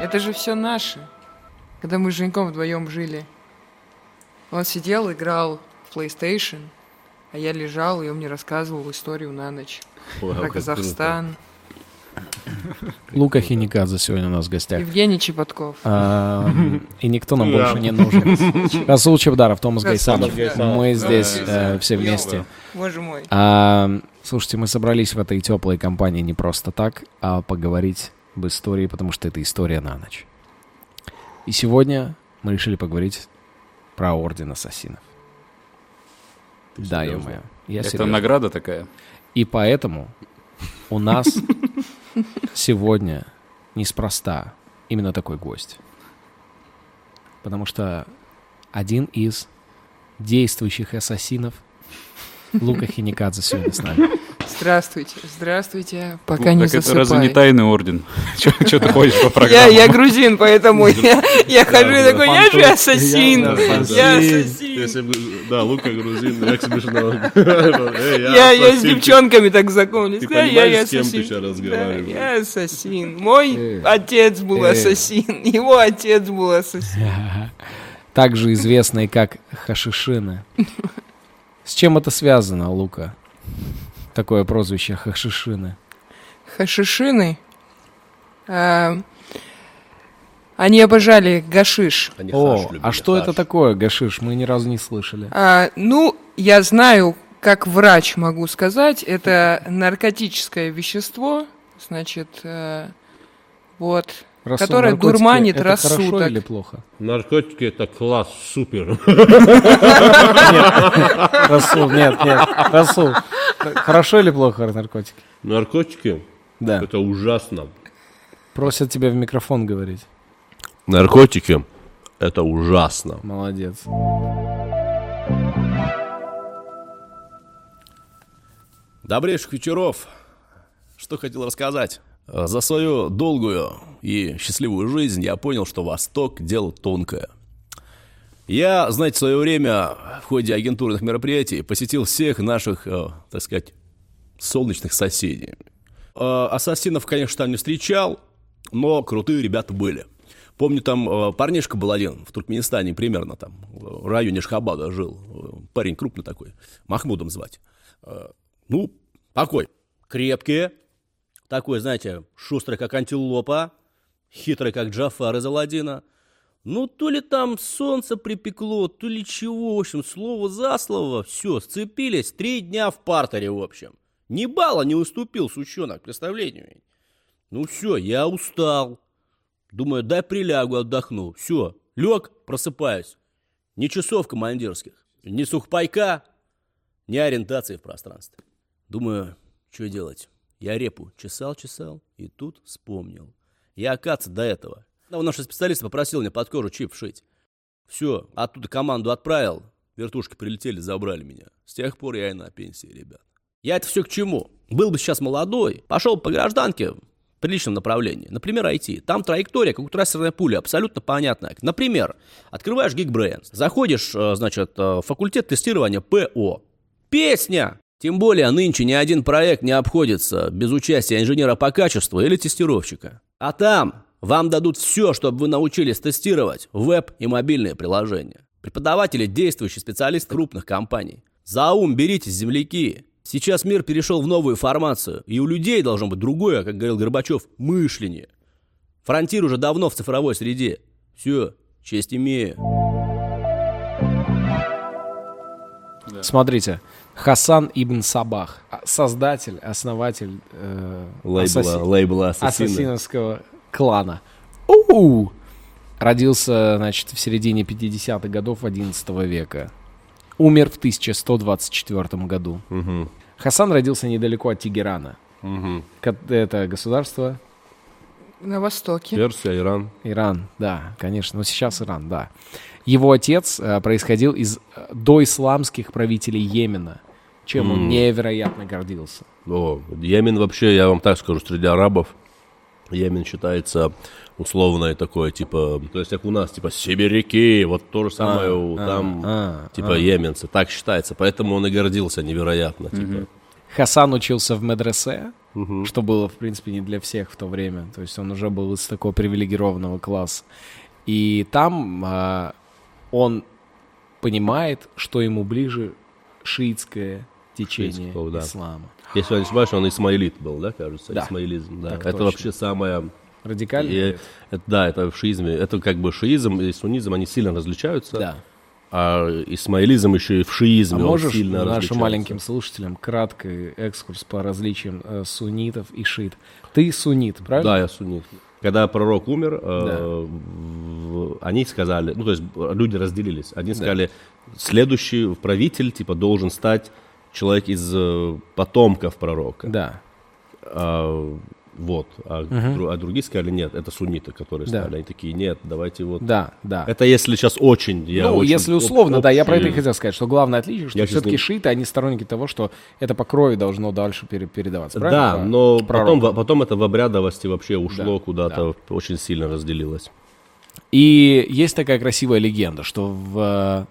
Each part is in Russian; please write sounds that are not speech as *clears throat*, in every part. Это же все наше. Когда мы с Женьком вдвоем жили. Он сидел, играл в PlayStation, а я лежал, и он мне рассказывал историю на ночь. Вау, Про как Казахстан. Лука Хиникадзе сегодня у нас в гостях. Евгений Чепотков. А. *laughs* Ам, И никто нам Да. больше не нужен. Расул Чебдаров, Томас Гайсанов. Томас Гайсанов. Мы здесь Да. э, все вместе. Боже мой. А, слушайте, мы собрались в этой теплой компании не просто так, а поговорить об истории, потому что это история на ночь. И сегодня мы решили поговорить про Орден Ассасинов. Да, серьёзно? ё-моё. Я Это серьёзно. награда такая. И поэтому у нас сегодня неспроста именно такой гость. Потому что один из действующих ассасинов Лука Хиникадзе сегодня с нами. Здравствуйте, здравствуйте. Пока не Ну, так это разве не засыпай. тайный орден? *laughs* Че ты ходишь *laughs* по Я, программам? я грузин, *laughs* поэтому я, я хожу и да, такой, я же фантом. ассасин. Да, Я да. ассасин. Если бы- да, Лука грузин, я к себе жена. *laughs* Эй, Я, я с ассасин. девчонками так знакомлюсь. Ты Да, я, я понимаешь, с кем ты ассасин. сейчас Да, разговариваешь? я ассасин. Мой Э. отец был Э. ассасин. *laughs* Его отец был ассасин. Также известный как Хашишина. С чем это связано, Лука? Такое прозвище Хашишины. Хашишины. а, Они обожали гашиш. Они хаш О, любили, а что это хаш. такое, Гашиш? Мы ни разу не слышали. А, ну, я знаю, как врач могу сказать, это наркотическое вещество, значит, э, вот, Расул, которое наркотики дурманит это хорошо рассудок. или плохо? Наркотики это класс, супер. *laughs* Расул, нет, нет, Расул. Хорошо или плохо наркотики? Наркотики Да. это ужасно. Просят тебя в микрофон говорить. Наркотики это ужасно. Молодец. Добрейших вечеров. Что хотел рассказать? Э, За свою долгую и счастливую жизнь я понял, что Восток – дело тонкое. Я, знаете, в свое время в ходе агентурных мероприятий посетил всех наших, э, так сказать, солнечных соседей. Э, Ассасинов, конечно, там не встречал, но крутые ребята были. Помню, там э, парнишка был один в Туркменистане примерно, там, в районе Шхабада жил. Э, Парень крупный такой, Махмудом звать. Э, Ну, такой, крепкий, такой, знаете, шустрый, как антилопа, хитрый, как Джафар из Аладдина. Ну, то ли там солнце припекло, то ли чего, в общем, слово за слово, все, сцепились, три дня в партере, в общем. Ни балла не уступил, сучонок, представление имеете? Ну все, я устал. Думаю, дай прилягу, отдохну. Все, лег, просыпаюсь. Ни часов командирских, ни сухпайка, ни ориентации в пространстве. Думаю, что делать? Я репу чесал-чесал и тут вспомнил. Я, оказывается, до этого. Одного нашего специалиста попросил мне под кожу чип вшить. Все, оттуда команду отправил, вертушки прилетели, забрали меня. С тех пор я и на пенсии, ребят. Я это все к чему? Был бы сейчас молодой, пошел по гражданке в приличном направлении. Например, IT. Там траектория, как у трассерной пули, абсолютно понятная. Например, открываешь Geekbrains, заходишь, э, значит, э, в факультет тестирования ПО. Песня! Тем более, нынче ни один проект не обходится без участия инженера по качеству или тестировщика. А там вам дадут все, чтобы вы научились тестировать веб и мобильные приложения. Преподаватели – действующие специалисты крупных компаний. За ум берите, земляки. Сейчас мир перешел в новую формацию, и у людей должно быть другое, как говорил Горбачев, мышление. Фронтир уже давно в цифровой среде. Все, честь имею. Смотрите, Хасан Ибн Сабах, а- создатель, основатель э, ассаси- лейбла ассасиновского клана. У-у! Родился, значит, в середине 50-х годов 11 века. Умер в 1124 году. Хасан родился недалеко от Тегерана. Ко- Это государство На Востоке. Персия, Иран. Иран, да, конечно. Но сейчас Иран, да. Его отец э, происходил из э, доисламских правителей Йемена, чем он невероятно гордился. О, Йемен вообще, я вам так скажу, среди арабов Йемен считается условное такое, типа, то есть как у нас, типа, сибиряки, вот то же самое у там, а, типа, йеменцы, так считается, поэтому он и гордился невероятно, типа. Хасан учился в медресе, что было, в принципе, не для всех в то время. То есть он уже был из такого привилегированного класса. И там а, он понимает, что ему ближе шиитское течение Шиитского, да. ислама. Если я не ошибаюсь, он исмаилит был, да, кажется? Да. Исмаилизм, да. Так это точно. вообще самое... Радикально? и- это- да, это в шиизме. Это как бы шиизм и суннизм, они сильно различаются. Да. А исмаилизм еще и в А шиизме он можешь сильно нашим различается. маленьким слушателям краткий экскурс по различиям э, суннитов и шиит? Ты суннит, правильно? Да, я суннит. Когда пророк умер, э, в- они сказали, ну то есть э, люди разделились. Одни сказали, следующий правитель типа должен стать человек из э, потомков пророка. Да. А, вот. А, дру- а другие сказали, нет, это сунниты, которые Да. стали. Они такие, нет, давайте вот. Да, да. Это если сейчас очень. Я ну, очень если об- условно, да, я про это и общий. хотел сказать, что главное отличие, что Я сейчас все-таки не- шииты, они сторонники того, что это по крови должно дальше пере- передаваться, правильно? Да, По- но пророк. потом, во- потом это в обрядовости вообще ушло Да, куда-то, очень сильно разделилось. И есть такая красивая легенда, что в,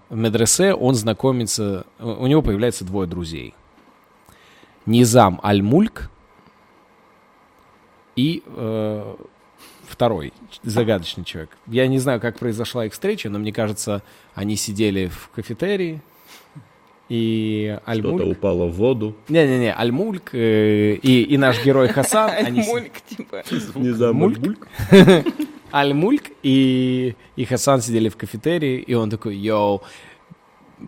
э, в медресе он знакомится, у у него появляется двое друзей. Низам Аль-Мульк и э, второй ч- загадочный человек. Я не знаю, как произошла их встреча, но мне кажется, они сидели в кафетерии, и Что-то Аль-Мульк... упало в воду. Не-не-не, Аль-Мульк э, и, и наш герой Хасан, они с- Мульк, *laughs* типа. Не знаю, Мульк? мульк? Аль-Мульк и, и Хасан сидели в кафетерии, и он такой, йоу,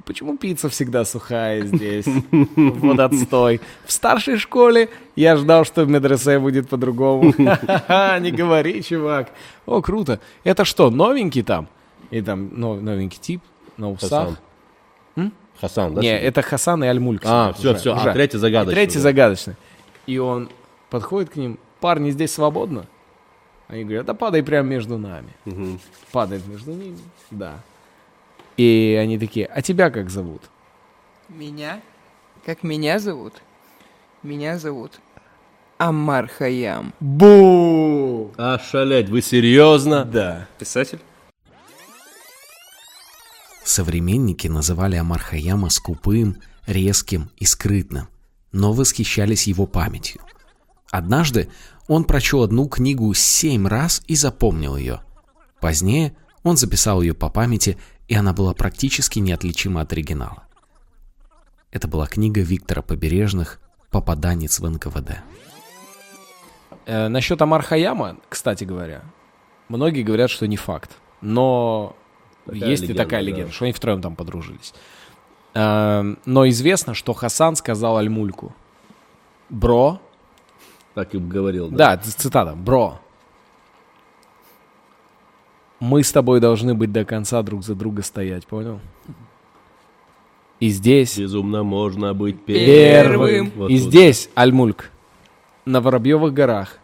почему пицца всегда сухая *laughs* здесь? Вот отстой. В старшей школе я ждал, что в медресе будет *laughs* по-другому. *laughs* Ха-ха, Не говори, чувак. О, круто. Это что, новенький там? И там но- новенький тип на Хасан. усах. Хасан, да? Не, сидит? это Хасан и Аль-Мульк. А, сидят все, уже, все. уже. А третий загадочный. Третий да. загадочный. И он подходит к ним. Парни, здесь свободно? Они говорят, да падай прямо между нами. Падает между ними, да. И они такие, а тебя как зовут? Меня? Как меня зовут? Меня зовут Амар Хаям. Бу! Ошалеть, вы серьезно? Да. Писатель? Современники называли Амархаяма скупым, резким и скрытным, но восхищались его памятью. Однажды он прочел одну книгу семь раз и запомнил ее. Позднее он записал ее по памяти, и она была практически неотличима от оригинала. Это была книга Виктора Побережных «Попаданец в НКВД». Э, насчет Амар Хаяма, кстати говоря, многие говорят, что не факт. Но Такая есть легенда, и такая да. легенда, что они втроем там подружились. Э, но известно, что Хасан сказал Альмульку, бро, Так и говорил. Да, ц- цитата. Бро. Мы с тобой должны быть до конца друг за друга стоять, понял? И здесь, Безумно можно быть Первым. первым. Вот и тут. здесь, Альмульк, на Воробьевых горах,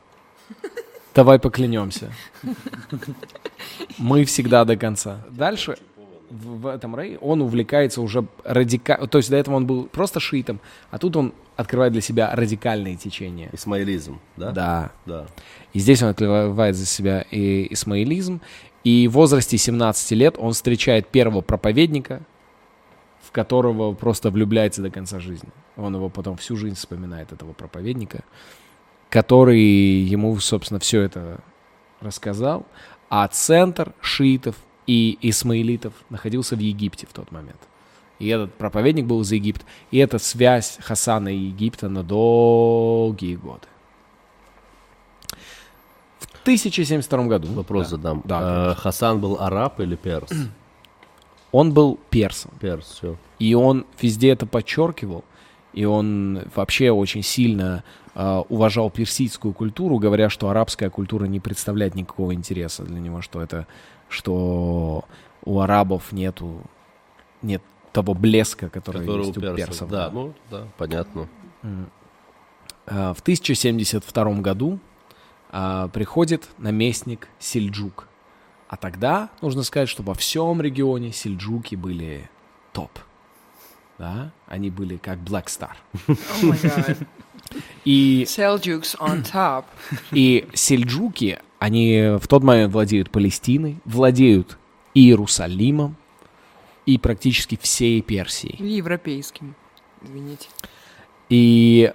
давай поклянемся. Мы всегда до конца. Дальше в, в этом рей он увлекается уже радикально, то есть до этого он был просто шиитом, а тут он открывает для себя радикальные течения. Исмаилизм, да? Да. Да. И здесь он открывает за себя и исмаилизм. И в возрасте 17 лет он встречает первого проповедника, в которого просто влюбляется до конца жизни. Он его потом всю жизнь вспоминает, этого проповедника, который ему, собственно, все это рассказал. А центр шиитов и исмаилитов находился в Египте в тот момент. И этот проповедник был из Египта. И эта связь Хасана и Египта на долгие годы. В 1072 году Вопрос задам. Да, Э, конечно. Хасан был араб или *clears throat* перс? он был персом. Перс, все. И он везде это подчеркивал. И он вообще очень сильно э, уважал персидскую культуру, говоря, что арабская культура не представляет никакого интереса для него, что это, что у арабов нету нет того блеска, который Который у есть у персов. персов. Да, ну да, понятно. Э, В 1072 году а, приходит наместник Сельджук. А тогда нужно сказать, что во всем регионе Сельджуки были топ. Да? Они были как Black Star. Oh my god. И, Seljuks on top. и Сельджуки, они в тот момент владеют Палестиной, владеют Иерусалимом и практически всей Персией. Европейским. Извините. И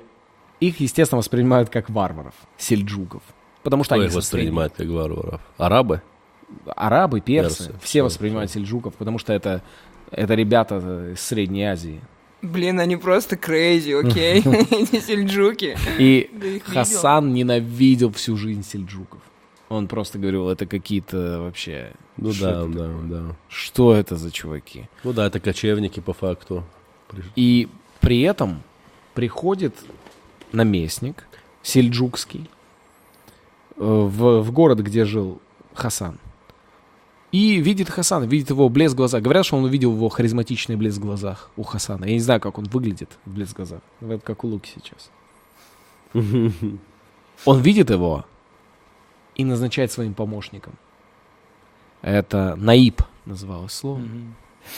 Их, естественно, воспринимают как варваров, сельджуков. Потому что Кто они их со средней- воспринимает как варваров? Арабы? арабы, персы, Персы, все воспринимают сельджуков, потому что это, это ребята из Средней Азии. Блин, они просто крейзи, *laughs* окей? Эти сельджуки. *laughs* Да И их Хасан ненавидел всю жизнь сельджуков. Он просто говорил, это какие-то вообще... Ну что да, это да, такое? да. Что это за чуваки? Ну да, это кочевники по факту. И при этом приходит наместник сельджукский э, в, в город, где жил Хасан. И видит Хасана, видит его блеск в глазах. Говорят, что он увидел его харизматичный блеск в глазах у Хасана. Я не знаю, как он выглядит в блеск в глазах. Вот как у Луки сейчас. Он видит его и назначает своим помощником. Это Наиб называлось слово.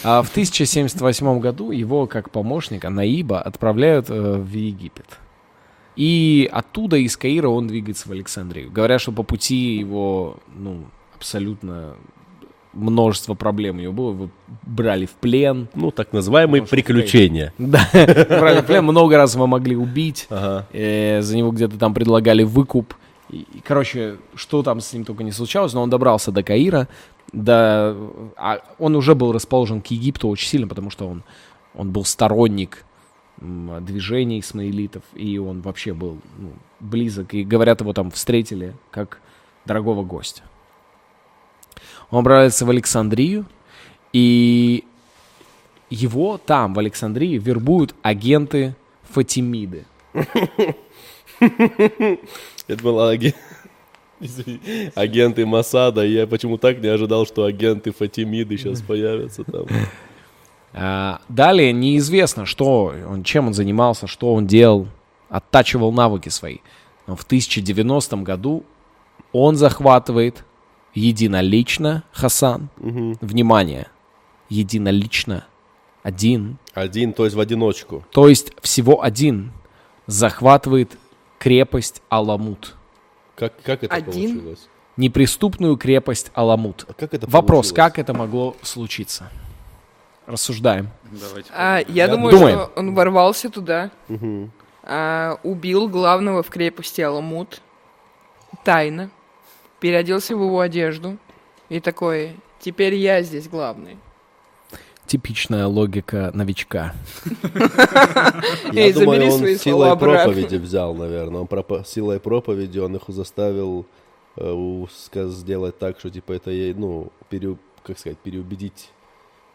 А в 1078 году его как помощника Наиба отправляют э, в Египет. И оттуда из Каира он двигается в Александрию. Говорят, что по пути его, ну, абсолютно множество проблем у него было. Его брали в плен. Ну, так называемые Потому что приключения. Да, брали в плен. Много раз его могли убить. Ага. Э, За него где-то там предлагали выкуп. И, и, короче, что там с ним только не случалось, но он добрался до Каира. До... А он уже был расположен к Египту очень сильно, потому что он, он был сторонник м, движений исмаилитов, и он вообще был ну, близок. И, говорят, его там встретили как дорогого гостя. Он отправляется в Александрию, и его там, в Александрии, вербуют агенты Фатимиды. Это был аген- *laughs* Извини, агенты Масада. Я почему так не ожидал, что агенты Фатимиды сейчас появятся там. А, Далее неизвестно, что он, чем он занимался, что он делал, оттачивал навыки свои. Но в 1090 году он захватывает единолично Хасан. Внимание, единолично один, Один, то есть в одиночку. то есть всего один захватывает крепость Аламут, Как, как это Один? получилось? неприступную крепость Аламут. А Как это Вопрос, получилось? как это могло случиться? Рассуждаем. Давайте. А, я думаю, думаем. что он ворвался туда, а, убил главного в крепости Аламут, тайно, переоделся в его одежду и такой, теперь я здесь главный. Типичная логика новичка. Я Эй, думаю, забери он свои силой слова обратно. проповеди взял, наверное. Он пропа- силой проповеди он их заставил э, у- ска- сделать так, что типа это ей, ну, переу- как сказать, переубедить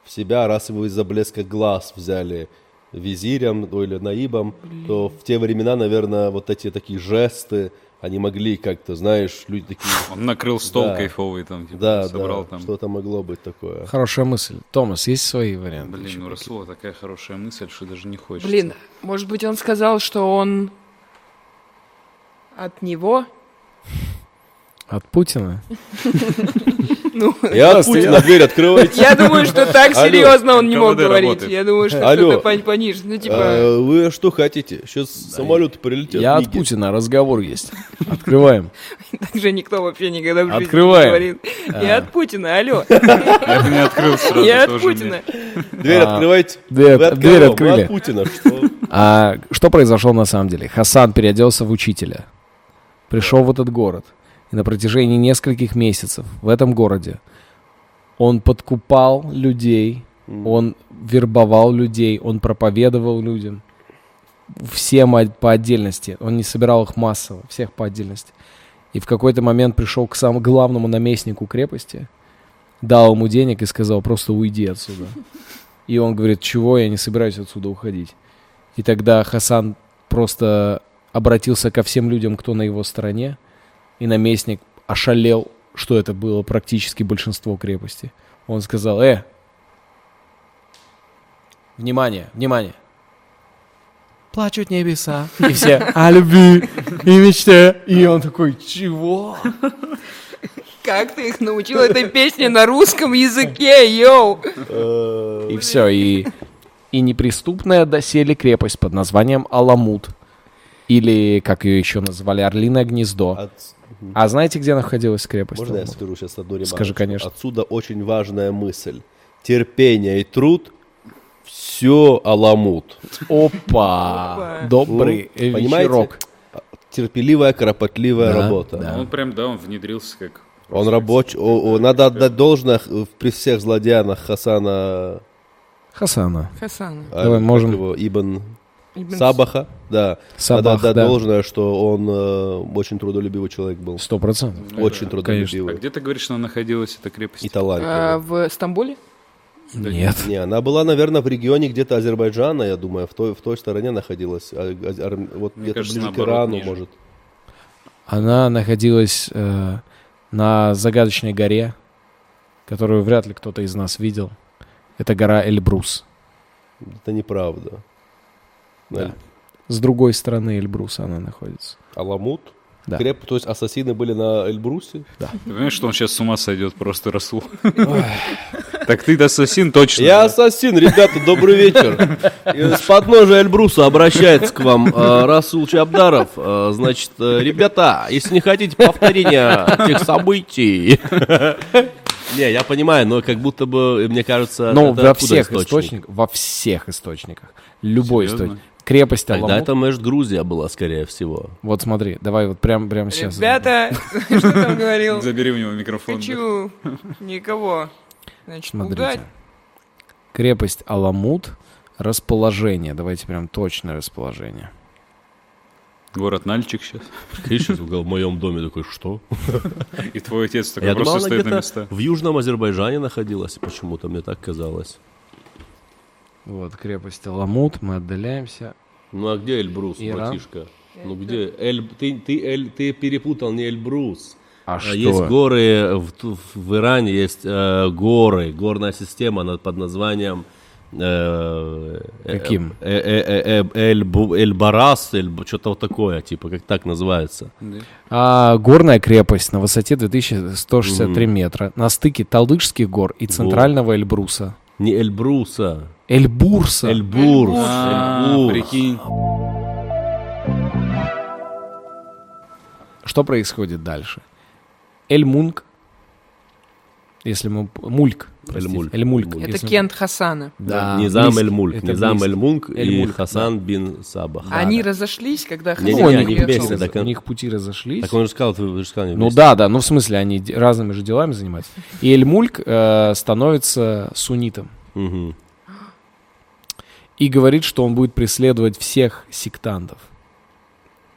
в себя, раз его из-за блеска глаз взяли визирем ну, или наибом, то в те времена, наверное, вот эти такие жесты, они могли как-то, знаешь, люди такие, Он накрыл стол Да. кайфовый там, типа, да, собрал да, там. что-то могло *laughs* быть такое. Хорошая мысль. Томас, есть свои варианты? Блин, ещё ну какие-то? Расула такая хорошая мысль, что даже не хочется. Блин, может быть, он сказал, что он от него? От Путина? Ну, Я от Путина дверь открывайте. я думаю, что так Алло. серьезно он не мог НКВД говорить. работает. Я думаю, что Алло. кто-то пон- пониже. Ну, *laughs* типа, А, Вы что хотите? Сейчас самолеты прилетят. Я от Нигер. Путина, разговор есть. Открываем. так же никто вообще никогда в жизни не Открываем. говорит. Я от Путина, алло. *laughs* Я бы не открыл сразу Я от тоже Путина. Дверь открывайте. А, дверь- Вы от дверь кого? открыли. Вы от Путина. *laughs* Что? А что произошло на самом деле? Хасан переоделся в учителя. Пришел в этот город. И на протяжении нескольких месяцев в этом городе он подкупал людей, он вербовал людей, он проповедовал людям. Всем о- по отдельности. Он не собирал их массово, всех по отдельности. И в какой-то момент пришел к самому главному наместнику крепости, дал ему денег и сказал, просто уйди отсюда. И он говорит, чего, я не собираюсь отсюда уходить. И тогда Хасан просто обратился ко всем людям, кто на его стороне, и наместник ошалел, что это было практически большинство крепости. Он сказал, э, внимание, внимание. Плачут небеса. И все о любви и мечте. И он такой, чего? Как ты их научил этой песне на русском языке, йоу? И все, и, и неприступная доселе крепость под названием Аламут. Или, как ее еще назвали, Орлиное гнездо. От- А знаете, где находилась крепость? Можно я Талмуд? скажу сейчас одну ремарку? Скажи, конечно. Отсюда очень важная мысль. Терпение и труд все аламут. Опа! Добрый Ну, Понимаете? э, вечерок. Терпеливая, кропотливая Да, работа. да. Он Ну, прям, да, он внедрился как... Он рабочий. О- о, надо отдать должное х- при всех злодеянах Хасана Хасана. Хасана. а, Давай, как можем. его, Ибн Ибн Сабаха. Да. надо Сабах, отдать да. должное, что он э, очень трудолюбивый человек был. Сто процентов. очень А трудолюбивый. где ты говоришь, она находилась, эта крепость? И талантливый. А, в Стамбуле? Нет. Не, она была, наверное, в регионе где-то Азербайджана, я думаю, в той, в той стороне находилась. а- а- ар- вот Мне где-то кажется, ближе к наоборот, Ирану, ниже. может. Она находилась э, на загадочной горе, которую вряд ли кто-то из нас видел. Это гора Эльбрус. Это неправда. Да. С другой стороны Эльбруса она находится. Аламут? Да. Креп, то есть ассасины были на Эльбрусе? Ты понимаешь, что он сейчас с ума сойдет просто, Расул? *laughs* Так ты-то ассасин точно. Я да? ассасин, ребята, добрый вечер. С подножия Эльбруса обращается к вам э, Расул Чабдаров. Э, Значит, э, ребята, если не хотите повторения тех событий... Не, я понимаю, но как будто бы, мне Но кажется... А это Ну, во откуда всех источник? источниках, во всех источниках, любой Серьезно? источник. Крепость Тогда Аламут. А это, может, Грузия была, скорее всего. Вот смотри, давай вот прям, прям сейчас. Ребята, *laughs* что там *laughs* говорил? Забери у него микрофон. да. Хочу никого. Значит, Смотрите. пугать. Крепость Аламут, расположение. Давайте прям точное расположение. Город Нальчик сейчас. Кришев в моем доме такой, что? И твой отец такой Я думал, просто она стоит на где-то места. в Южном Азербайджане находилась, почему-то мне так казалось. Вот, крепость Аламут, мы отдаляемся. Ну а где Эльбрус, Иран? братишка? Ну где? Эль... Ты, ты, Эль... ты перепутал, не Эльбрус. А, А что? Есть горы, в, ту- в Иране есть э, горы, горная система она под названием... э, э, Каким? э, э, э, э, Эльбу- Эльбарас, Эльб- что-то вот такое, типа, как так называется. А, горная крепость на высоте 2163 метра на стыке Талдышских гор и центрального Эльбруса. Не Эльбруса, Эльбурса. Эльбурс. А, Эльбурс. Прикинь. Что происходит дальше? Эльмунг, если мы... Мульк. простите, Эльмульк. Эльмульк. Эльмульк. Это если- Кент Хасана. Да, Низам близко. Эль-Мульк. Это Низам близко. Эль-Мульк и Эль-Мульк, Хасан бин Сабах. Они разошлись, когда Не, Ну, не, Хасан они приехал. вместе, раз- да, кон- у них пути разошлись. Так он же сказал, вы вы же сказали Ну вместе. да, да, ну в смысле они де- разными же делами занимаются. И Эльмульк э, становится суннитом Мгм. и говорит, что он будет преследовать всех сектантов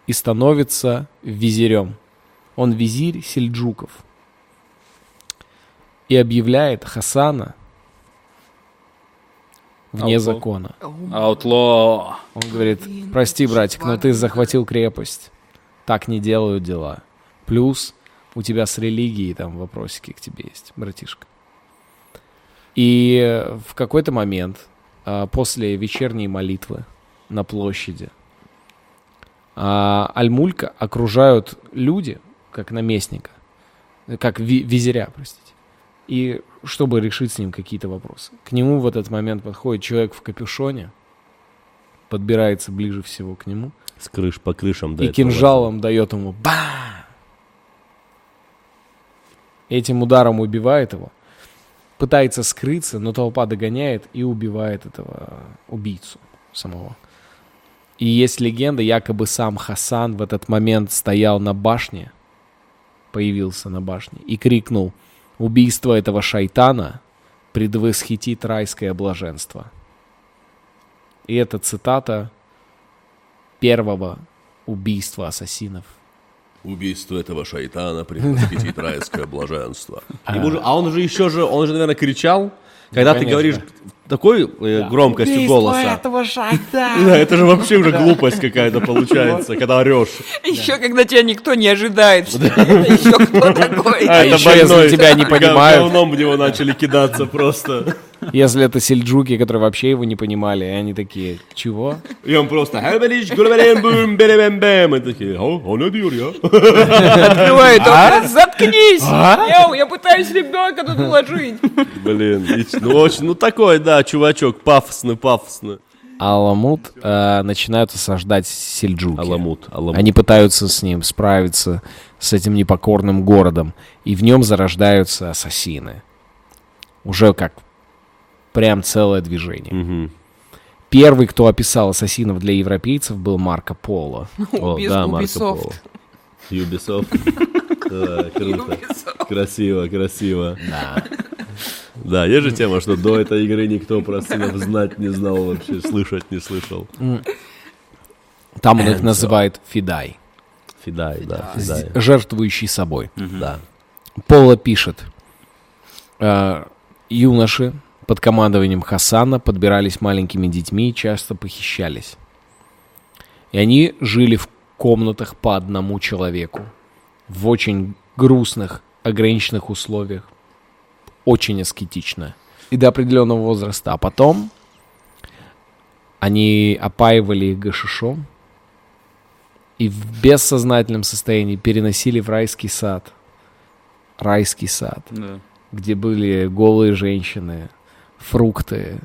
и становится визирем. Он визирь сельджуков и объявляет Хасана вне Outlaw. закона. Outlaw. Он говорит, Блин, прости, это братик, но ты шикарно. захватил крепость. Так не делают дела. Плюс у тебя с религией там вопросики к тебе есть, братишка. И в какой-то момент а, после вечерней молитвы на площади а, Альмулька окружают люди, как наместника, э, как ви- визиря, простите, и чтобы решить с ним какие-то вопросы. К нему в этот момент подходит человек в капюшоне, подбирается ближе всего к нему С крыш по крышам, да. и это кинжалом дает ему ба. Этим ударом убивает его, пытается скрыться, но толпа догоняет и убивает этого убийцу самого. И есть легенда, якобы сам Хасан в этот момент стоял на башне, появился на башне и крикнул «Убийство этого шайтана предвосхитит райское блаженство». И это цитата первого убийства ассасинов. Убийство этого шайтана предвосхитит райское блаженство. важно. Ему же- а он же еще же, он же, наверное, кричал, когда ты конечно. говоришь такой э, громкостью голоса. *laughs* *laughs* Да, это же вообще уже глупость какая-то получается, когда орешь. Еще когда тебя никто не ожидает, что это еще кто такой. *laughs* А это еще, если больной. тебя не понимают. Говном в него начали кидаться просто. *laughs* Если это сельджуки, которые вообще его не понимали, и они такие, чего? *laughs* И он просто... «Хабариш, гурбарем, бум, берем, бэм». И такие, «А, ну, «О, он идёт, я». Открывает А? окна, заткнись! Яу, я пытаюсь ребенка тут уложить. Блин, и- ну очень, ну такой, да, чувачок, пафосный, пафосный. Аламут э, начинают осаждать сельджуки. Аламут, аламут. Они пытаются с ним справиться, с этим непокорным городом. И в нем зарождаются ассасины. Уже как прям целое движение. Мгм. Первый, кто описал ассасинов для европейцев, был Марко Поло. О, Убис- да, Марко Ubisoft. Поло. *laughs* Ubisoft. Да, Круто. Красиво, красиво. Да, есть же тема, что до этой игры никто про сынов знать не знал вообще, слышать не слышал. Там он их называет Фидай, Фидай, да, з- Фидай. жертвующий собой. Да. Поло пишет. э, Юноши под командованием Хасана подбирались маленькими детьми и часто похищались. И они жили в комнатах по одному человеку. В очень грустных, ограниченных условиях. Очень аскетично. И до определенного возраста. А потом они опаивали их гашишом и в бессознательном состоянии переносили в райский сад. Райский сад Да. где были голые женщины, фрукты,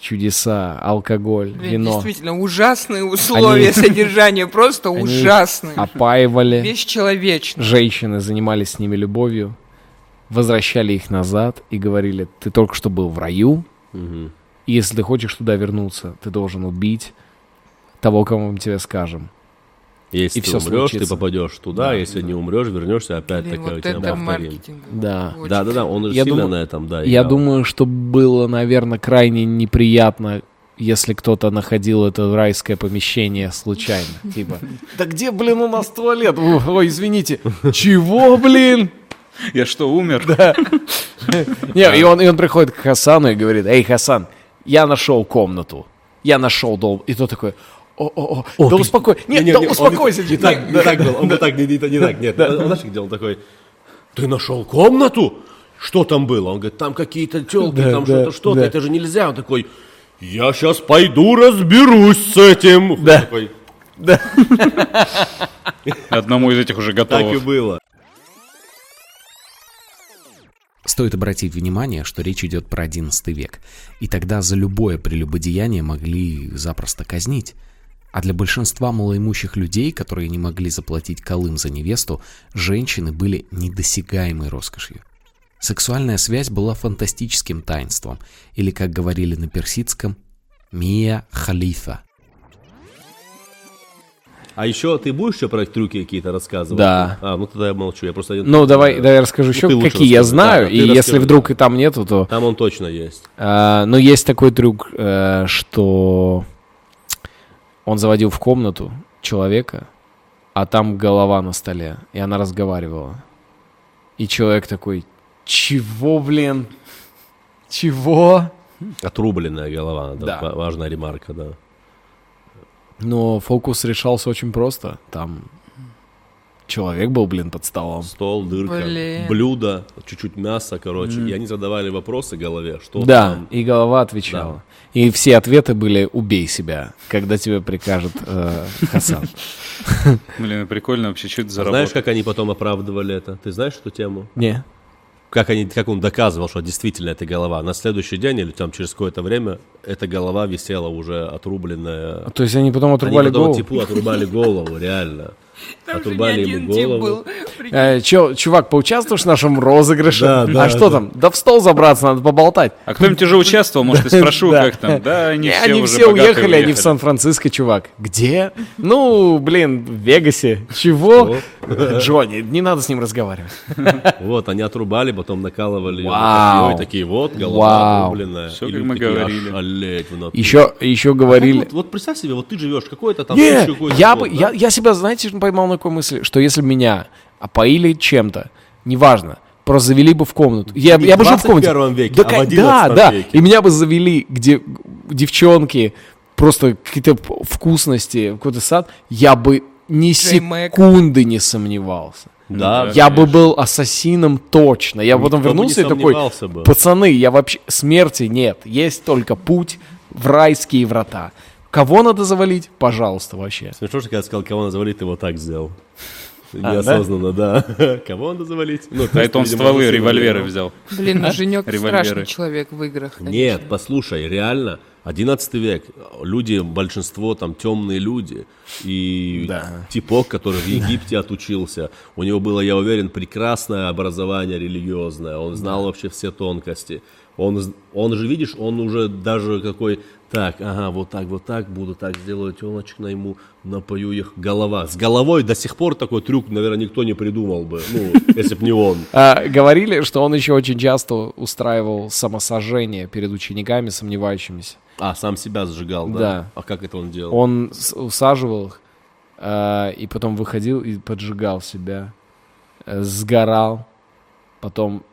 чудеса, алкоголь, Блин, вино. действительно, ужасные условия содержания, просто Они ужасные. Опаивали, Бесчеловечно. женщины занимались с ними любовью, возвращали их назад и говорили, ты только что был в раю, Мгм. и если ты хочешь туда вернуться, ты должен убить того, кому мы тебе скажем. Если И ты всё умрешь, ты случится. попадешь туда, если не умрешь, вернешься, опять Блин, такая вот тема это повторим. маркетинг. Да. Очень. Да, да, да, он же Я сильно думаю- на этом, да. Я играл. думаю, что было, наверное, крайне неприятно, если кто-то находил это райское помещение *laughs* случайно. Типа, да где, блин, у нас туалет? Ух, Ой, *laughs* извините. Чего, блин? Я что, умер? Не, и он, и он приходит к Хасану и говорит, эй, Хасан, я нашел комнату. Я нашел дом. И тот такой, о-о-о, да успокойся. Нет, да успокойся. Не так, не так был, он бы так, не, не, не так, нет. Он, Знаешь, где он такой, ты нашел комнату? Что там было? Он говорит, там какие-то телки, там что-то, что-то, это же нельзя. Он такой, я сейчас пойду разберусь с этим. Да. Такой, Одному из этих уже так и готово. было. Стоит обратить внимание, что речь идет про XI век, и тогда за любое прелюбодеяние могли запросто казнить. А для большинства малоимущих людей, которые не могли заплатить колым за невесту, женщины были недосягаемой роскошью. Сексуальная связь была фантастическим таинством, или, как говорили на персидском, «мия халифа». А еще ты будешь еще про трюки какие-то рассказывать? Да. А, ну тогда я молчу, я просто один... Ну, давай, Э, давай я расскажу ну, еще, ты лучше какие я расскажи. знаю. Да, да, и ты если расскажи, вдруг да. и там нету, то... Там он точно есть. А, Но есть такой трюк, э, что он заводил в комнату человека, а там голова на столе, и она разговаривала. И человек такой, чего, блин? Чего? Отрубленная голова, Да. да. ва- важная ремарка, да. Но фокус решался очень просто. Там человек был, блин, под столом. Стол, дырка, Блин. блюдо, чуть-чуть мяса, короче. И они задавали вопросы голове, что да, там. и голова отвечала. И все ответы были «убей себя», когда тебе прикажет э, Хасан. Блин, прикольно вообще, что это за Знаешь, работа? как они потом оправдывали это? Ты знаешь эту тему? Не. Как, они, как он доказывал, что действительно это голова. На следующий день или там через какое-то время эта голова висела уже отрубленная. То есть они потом типа Они отрубали потом голову? типу отрубали голову, реально. Там же не Отрубали один ему тип голову. был. Прикинь, Э, чё, чувак, поучаствуешь в нашем розыгрыше? Да, да, а что да. там? Да в стол забраться, надо поболтать. А кто-нибудь уже участвовал, может, и спрошу, Да. как там. Да, они Э, все они уже все богатые уехали, они в Сан-Франциско, чувак. Где? Ну, блин, в Вегасе. Чего? Джонни, не надо с ним разговаривать. Вот, они отрубали, потом накалывали. её Вау. на копьё, и такие, вот, голова Вау. отрубленная. Всё, И как люди мы такие, говорили. «Ошалеть в натуре». Еще, еще говорили... Вот, вот представь себе, вот ты живешь какой-то там... Не, еще какой-то я, год, бы, я, да? я себя, знаете, поймал на такой мысли, что если бы меня опоили чем-то, неважно, просто завели бы в комнату. Я, Не я бы в жил в комнате. 21 веке, а в ка- 11 да, веке. да. И меня бы завели, где девчонки, просто какие-то п- вкусности, какой-то сад, я бы ни Джей Мэг. секунды не сомневался. Да, Да. Я бы был ассасином точно. Я потом Никто бы не вернулся и такой, сомневался бы. пацаны, я вообще... Смерти нет, есть только путь в райские врата. Кого надо завалить? Пожалуйста, вообще. Смешно, что когда я сказал, кого надо завалить, ты его так сделал. А, да? Неосознанно, да. *laughs* Кого надо завалить? Ну, то А есть, это он видимо, стволы он револьвера сильно взял. Блин, ну Женек Револьверы. страшный человек в играх. конечно. Нет, послушай, реально, 11 век, люди, большинство там темные люди, и типок, который в Египте отучился, у него было, я уверен, прекрасное образование религиозное, он знал вообще все тонкости. Он, з- он же, видишь, он уже даже какой Так, ага, вот так, вот так, буду так сделать, телочек найму, напою их, голова. С головой до сих пор такой трюк, наверное, никто не придумал бы, ну, если б не он. А, говорили, что он еще очень часто устраивал самосожжение перед учениками, сомневающимися. А, сам себя сжигал, да? Да. А как это он делал? Он с- усаживал их а, и потом выходил и поджигал себя, э, сгорал, потом,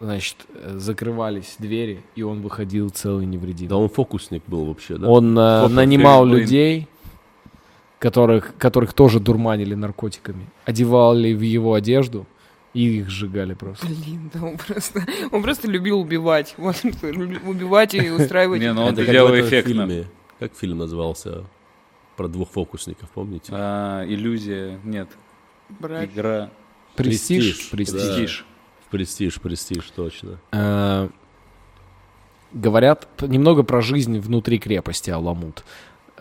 значит, э, закрывались двери, и он выходил целый невредимый. Да он фокусник был вообще, да? Он э, Хоппер, нанимал Кевин Блейн. людей, которых, которых тоже дурманили наркотиками, одевали в его одежду и их сжигали просто. Блин, да он просто, он просто любил убивать. Вот, *laughs* любил убивать и устраивать. Не, ну он Это как в делал этом эффектно. фильме. Как фильм назывался? Про двух фокусников, помните? А, Иллюзия, нет, брать. игра, Престиж? Престиж, Престиж. Да. престиж. Престиж, престиж, точно. Э, Говорят п- немного про жизнь внутри крепости Аламут.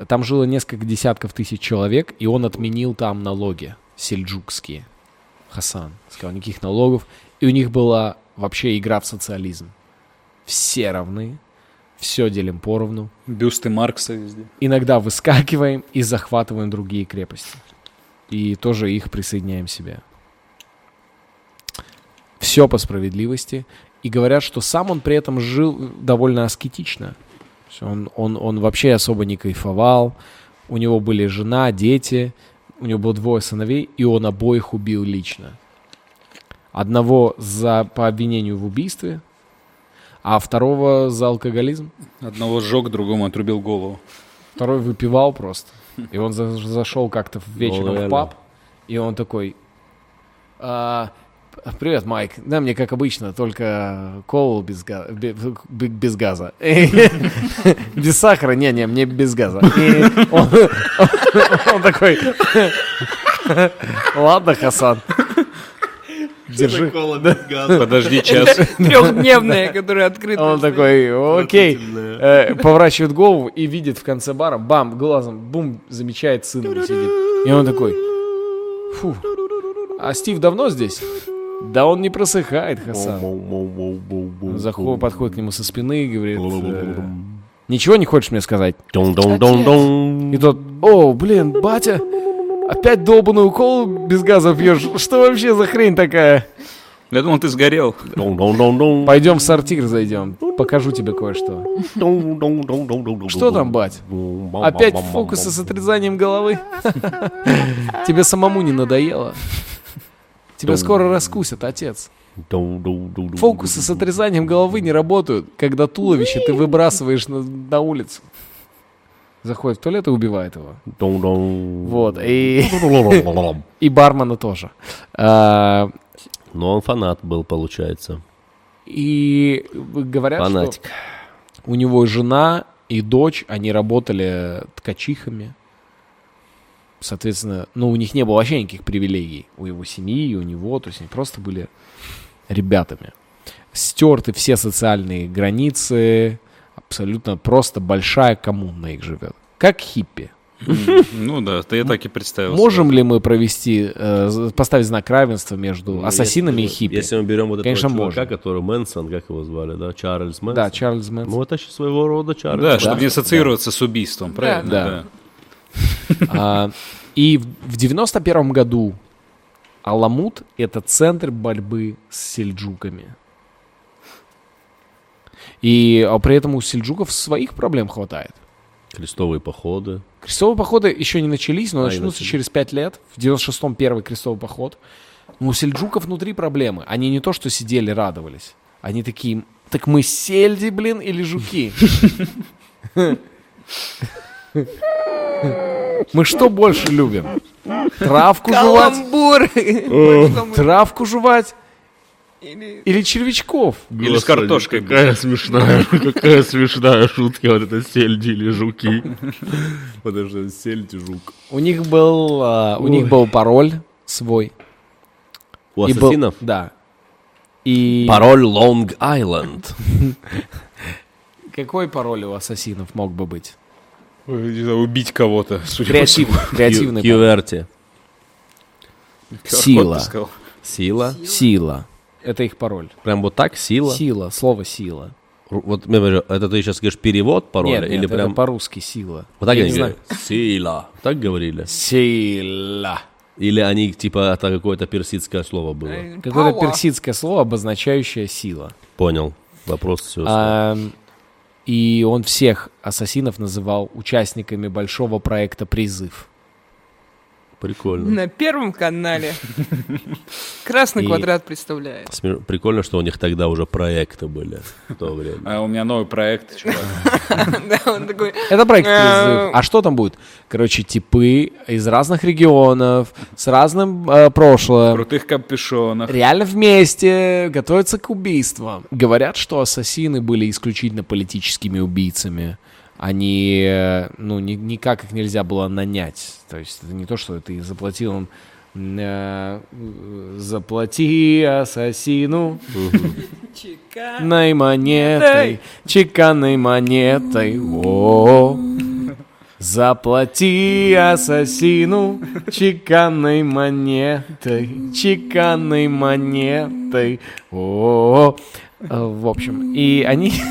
Там жило несколько десятков тысяч человек, и он отменил там налоги сельджукские. Хасан сказал, никаких налогов. И у них была вообще игра в социализм. Все равны, все делим поровну. Бюсты Маркса везде. Иногда выскакиваем и захватываем другие крепости. И тоже их присоединяем себе. Все по справедливости. И говорят, что сам он при этом жил довольно аскетично. То есть Он, он, он вообще особо не кайфовал. У него были жена, дети. У него было двое сыновей, и он обоих убил лично. Одного за, по обвинению в убийстве, а второго за алкоголизм. Одного сжег, другому отрубил голову. Второй выпивал просто. И он за- зашел как-то вечером в наверное. паб, и он такой... «А, Привет, Майк. Да, мне как обычно, только колу без, га- бе- бе- без газа. *laughs* Без сахара? Не-не, мне без газа. И он- *laughs* Он такой... *laughs* Ладно, Хасан. Держи. Подожди час. Трехдневная, которая *laughs* открыта. Ну, Он такой, окей, Э, поворачивает голову и видит в конце бара, бам, глазом, бум, замечает сына сидит. И он такой, фу, а Стив давно здесь? Да он не просыхает, Хасан. Он заход- подходит к нему со спины и говорит, э, ничего не хочешь мне сказать? Дон-дон-дон-дон. И тот, о, блин, батя, опять долбанную колу без газа пьешь? Что вообще за хрень такая? Я думал, ты сгорел. Дон-дон-дон-дон. Пойдем в сортир зайдем, покажу тебе кое-что. Дон-дон-дон-дон-дон. Что там, бать? Опять фокусы с отрезанием головы? Тебе самому не надоело? Тебя скоро раскусят, отец. Дон-дон-дон-дон. Фокусы с отрезанием головы не работают, когда туловище ты выбрасываешь на, на улицу. Заходит в туалет и убивает его. Дон-дон. Вот, и, и бармена тоже. А, Но Ну, он фанат был, получается. и говорят, Фанатик. что у него жена и дочь, они работали ткачихами. Соответственно, ну, у них не было вообще никаких привилегий. У его семьи, и у него. То есть они просто были ребятами. Стерты все социальные границы. Абсолютно просто большая коммуна их живет. Как хиппи. М, Ну да, ты я так и представил. Можем ли мы провести, э, з- поставить знак равенства между ассасинами и Если- хиппи? Если мы берем вот этого Конечно, чувака, можно. который Мэнсон, как его звали, да? Чарльз Мэнсон. Да, Чарльз Мэнсон. Ну, это еще своего рода Чарльз. Да, Мэнсон. чтобы не ассоциироваться с убийством, правильно? Да. Да. А, И в 91 году Аламут — это центр борьбы с сельджуками. И а при этом у сельджуков своих проблем хватает. Крестовые походы. Крестовые походы еще не начались, но А, и начнутся начались. через 5 лет. В 96-м первый крестовый поход. Но у сельджуков внутри проблемы. Они не то, что сидели, радовались. Они такие, так мы сельди, блин, или жуки? *laughs* Мы что больше любим? Травку жевать? Каламбур. Вот *laughs* что мы- Травку жевать или- или червячков? Или с картошкой. Какая смешная, *laughs* какая смешная шутка вот это сельди или *laughs* жуки. Потому что сельди жук. У них был, а, у них был пароль свой. У И был- ассасинов Да. И... пароль Long Island. Какой пароль у ассасинов мог бы быть? Ой, не знаю, Убить кого-то, судя Типа по всему. Креативный. Креативный. пароль. Кьюверти. Сила. Ты сказал. Сила. Сила. Это их пароль. Прям вот так сила. Сила. Слово сила. Ру- Вот, я говорю, это ты сейчас говоришь перевод пароля Нет, или нет, прям... это по-русски сила. Вот так Я они не знаю. говорят? Сила. Так говорили? Сила. Или они, типа, это какое-то персидское слово было? Какое-то Power. персидское слово, обозначающее сила. Понял. Вопрос А, все. Ам, и он всех ассасинов называл участниками большого проекта «Призыв». Прикольно. На первом *laughs* канале. Красный И- квадрат представляет. *laughs* Смеш- Прикольно, что у них тогда уже проекты были в то время. А у меня новый проект, чувак. *laughs* Да, он такой, Это проект Э. «Призыв». А что там будет? Короче, типы из разных регионов, с разным э, прошлым. Крутых капюшонах. Реально вместе готовятся к убийствам. Говорят, что ассасины были исключительно политическими убийцами. Они, э, ну, ни- никак их нельзя было нанять. То есть это не то, что ты заплатил им э, заплати ассасину чика. чеканной монетой, чеканной монетой, о Заплати ассасину чеканной монетой, чеканной монетой, о В общем, и они... *laughs*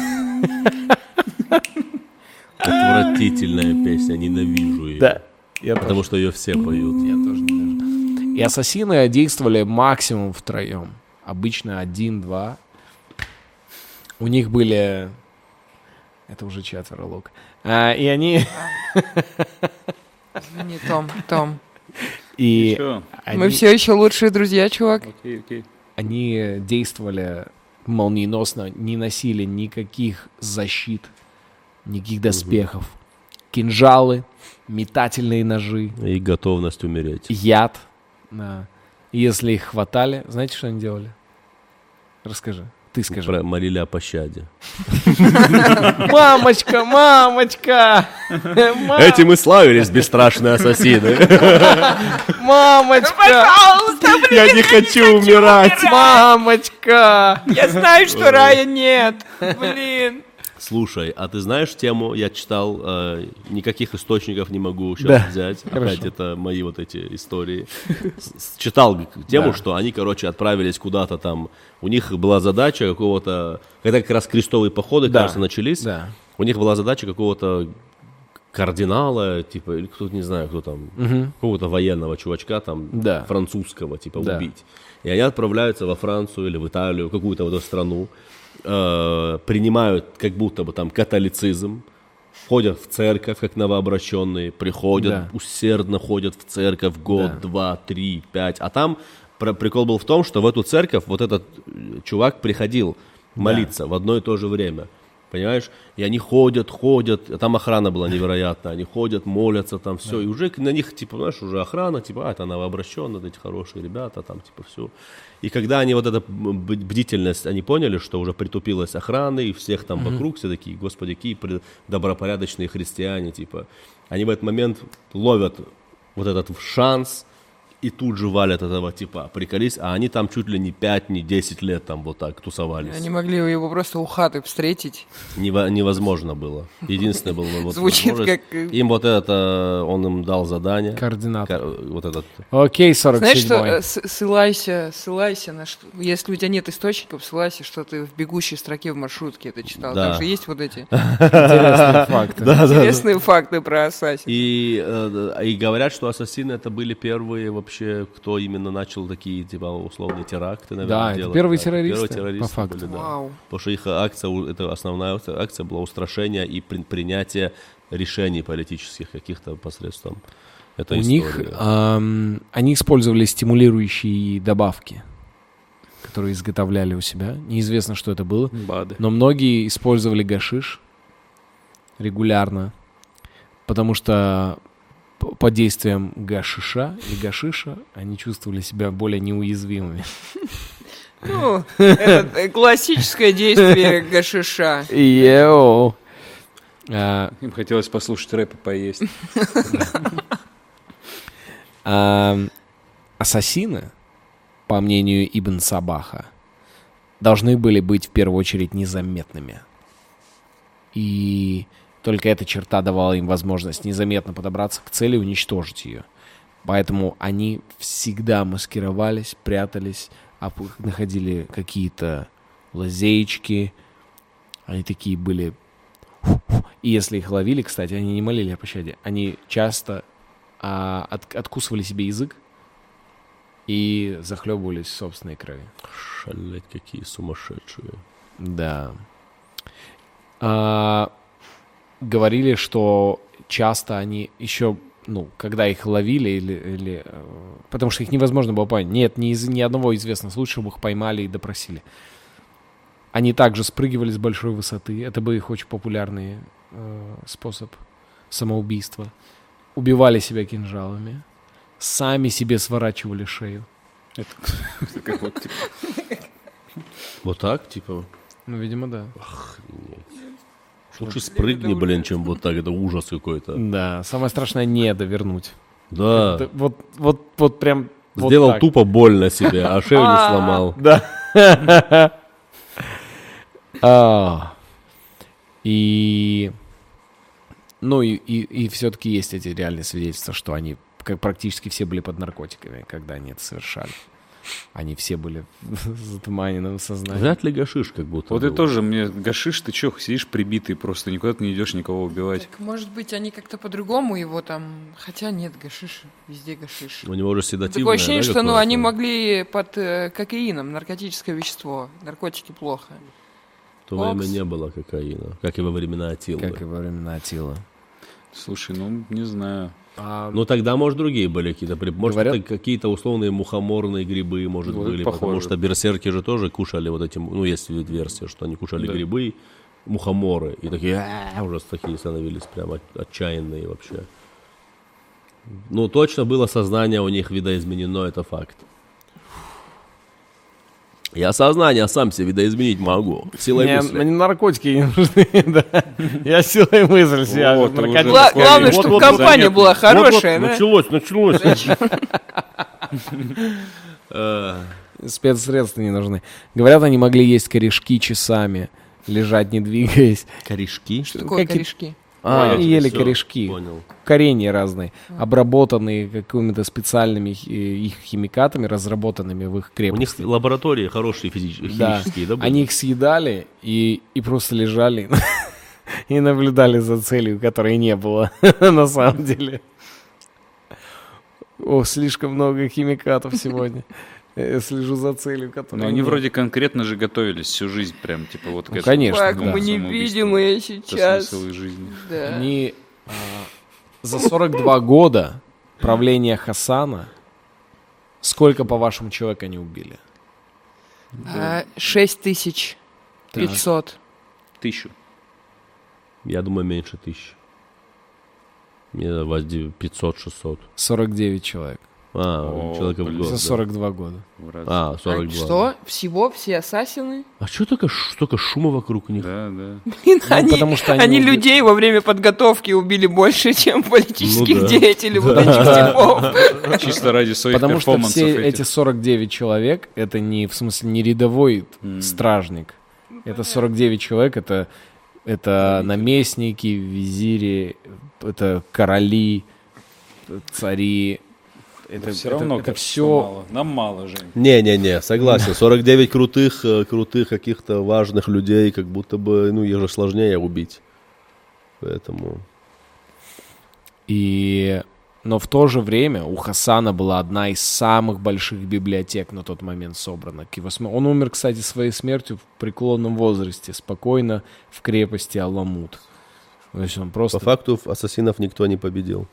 Отвратительная песня, ненавижу ее. Да, я Потому что ее все поют. И ассасины действовали максимум втроем. Обычно один-два. У них были... Это уже четверо, Лук. А, и они... *laughs* Не Том, Том. И Чё? они, Мы все еще лучшие друзья, чувак. Окей, окей. они действовали молниеносно, не носили никаких защит, никаких доспехов. Кинжалы, метательные ножи, И готовность умереть. яд. Да. И Если их хватали, знаете, что они делали? Расскажи. Ты скажи. Про молили о пощаде. Мамочка, мамочка! Ма- Этим и славились бесстрашные ассасины. Мамочка! *laughs* Я не хочу умирать. Мамочка! Я знаю, что рая нет. Блин. Слушай, а ты знаешь тему? Я читал, э, никаких источников не могу сейчас Да, взять. хорошо. Опять это мои вот эти истории. С- с- Читал г- тему, что они, короче, отправились куда-то там. У них была задача какого-то, когда как раз крестовые походы, Да, кажется, начались. да. У них была задача какого-то кардинала, типа, или кто-то, не знаю, кто там, какого-то военного чувачка там, Да. французского, типа, Да. убить. И они отправляются во Францию или в Италию, какую-то вот эту страну, э, принимают как будто бы там католицизм, ходят в церковь, как новообращенные, приходят, Да. усердно ходят в церковь год, два, три, пять. А там про- прикол был в том, что в эту церковь вот этот э, чувак приходил молиться в одно и то же время. Понимаешь? И они ходят, ходят, а там охрана была невероятная, они ходят, молятся, там все, и уже к- на них, типа, знаешь, уже охрана, типа, а, это новообращенные, вот эти хорошие ребята, там, типа, все. И когда они вот эта м, б- бдительность, они поняли, что уже притупилась охрана, и всех там вокруг все такие, господи, какие пред- добропорядочные христиане, типа, они в этот момент ловят вот этот шанс, и тут же валят этого типа, приколись, а они там чуть ли не 5, не 10 лет там вот так тусовались. Они могли его просто у хаты встретить. Нево- невозможно было. Единственное было вот Звучит возможность. как, э, Им вот это, он им дал задание. Координаты. Кор- Вот этот. Окей, 47 Знаешь, что э, с- ссылайся, ссылайся на что. Если у тебя нет источников, ссылайся, что ты в бегущей строке в маршрутке это читал. Да. Там же есть вот *laughs* эти Интересные факты. интересные факты про Ассасин. И, э, да, и говорят, что ассасины это были первые вообще, кто именно начал такие типа условные теракты, наверное, Да, это делать. первые террористы, Первые террористы по факту. были, да. Вау. Потому что их акция, у- это основная акция- акция была устрашение и при- принятие решений политических каких-то посредством. Это У них ам, они использовали стимулирующие добавки, которые изготовляли у себя. Неизвестно, что это было. Бады. Но многие использовали гашиш регулярно, потому что п- под действием гашиша и гашиша они чувствовали себя более неуязвимыми. Ну, это э, классическое действие гашиша. Йоу. А, Им хотелось послушать рэп и поесть. А, ассасины, по мнению Ибн Сабаха, должны были быть в первую очередь незаметными. И только эта черта давала им возможность незаметно подобраться к цели и уничтожить ее. Поэтому они всегда маскировались, прятались, оп- находили какие-то лазеечки, Они такие были... И если их ловили, кстати, они не молили о пощаде. Они часто а, от- откусывали себе язык и захлебывались в собственной крови. Шалеть, какие сумасшедшие. Да. А, говорили, что часто они еще, ну, когда их ловили или, или, э, потому что их невозможно было поймать. Нет, ни, из- ни одного известного случая, чтобы их поймали и допросили. Они также спрыгивали с большой высоты. Это был их очень популярный э, способ самоубийства. Убивали себя кинжалами. Сами себе сворачивали шею. Как вот, *laughs* типа, Вот так, типа. Ну, видимо, да. Лучше спрыгни, блин, чем вот так. Это ужас какой-то. Да, самое страшное не довернуть. Да. Это Вот, вот, вот прям. вот Сделал так. тупо больно себе, а шею не сломал. Да. А. И. Ну и, и, все-таки есть эти реальные свидетельства, что они как практически все были под наркотиками, когда они это совершали. Они все были *laughs* в затуманенном сознании. Вряд ли гашиш как будто. вот это был. тоже мне гашиш, ты чё, сидишь прибитый просто, никуда ты не идешь никого убивать. Так, может быть, они как-то по-другому его там... Хотя нет, гашиша. Везде гашиш. У него же седативное, Такое ощущение, да, что ну, какое-то? они могли под э, кокаином, наркотическое вещество. Наркотики плохо. В то время Окс. не было кокаина, как и во времена Атилы. Как и во времена Атила. Слушай, ну, не знаю. А, Ну тогда, может, другие были какие-то. при- Может, Говорят- это какие-то условные мухоморные грибы, может, Вот это были. Потому похоже. что берсерки же тоже кушали вот эти, ну, есть вид- версия, что они кушали Да. грибы, мухоморы. И такие «А, «А-а-а», уже такие становились прям от- отчаянные вообще. Ну, точно было сознание у них видоизменено, это факт. Я сознание сам себе видоизменить могу. Силой мне, мысли. мне наркотики не нужны, *laughs* да. Я силой мысль связываю. Вот, уже наркотики. Гла- Гла- главное, главное, чтобы вот-вот ну компания заметно. была хорошая, ну, да? Началось, началось. Спецсредства не нужны. Говорят, они могли есть корешки часами, лежать не двигаясь. Корешки? Что такое Какие- корешки? А, Понятно, они ели всё, корешки, Понял. коренья разные, обработанные какими-то специальными хи- их химикатами, разработанными в их У них крепости. лаборатории хорошие физические, Да. химические, да? были? Они их съедали и, и просто лежали *laughs* и наблюдали за целью, которой не было *laughs* на самом деле. О, слишком много химикатов сегодня. Э, Слежу за целью, которой Ну, они не- вроде конкретно же готовились всю жизнь прям, типа, вот к Ну, этому. конечно, к Как Так, да. этому мы самоубийству. невидимые Это сейчас. смысл их жизни. Да. Они а, за 42 года правления Хасана сколько, по-вашему, человек они убили? А, 6500. *laughs* Тысячу. Я думаю, меньше тысячи. Мне возди 500-600. 49 человек А, О, человека в блин. год. за да. 42 года. в раз. А, А 42. что? Всего? Все ассасины? А что только ш- столько шума вокруг них? Да, да. Блин, они, Ну, потому что они они убили- людей во время подготовки убили больше, чем политических Ну да. деятелей вот *laughs* этих типов. Чисто ради своих Потому что перформансов все эти этих. 49 человек, это не, в смысле, не рядовой стражник. Это 49 человек, это, это наместники, визири, это короли, цари. Это, Все равно, это как все Нам мало, Жень. Не-не-не, согласен. 49 крутых, э, крутых каких-то важных людей, как будто бы, ну, их же сложнее убить. Поэтому... И... Но в то же время у Хасана была одна из самых больших библиотек на тот момент собрана. К его см- Он умер, кстати, своей смертью в преклонном возрасте, спокойно в крепости Аламут. То есть он просто... По факту в ассасинов никто не победил.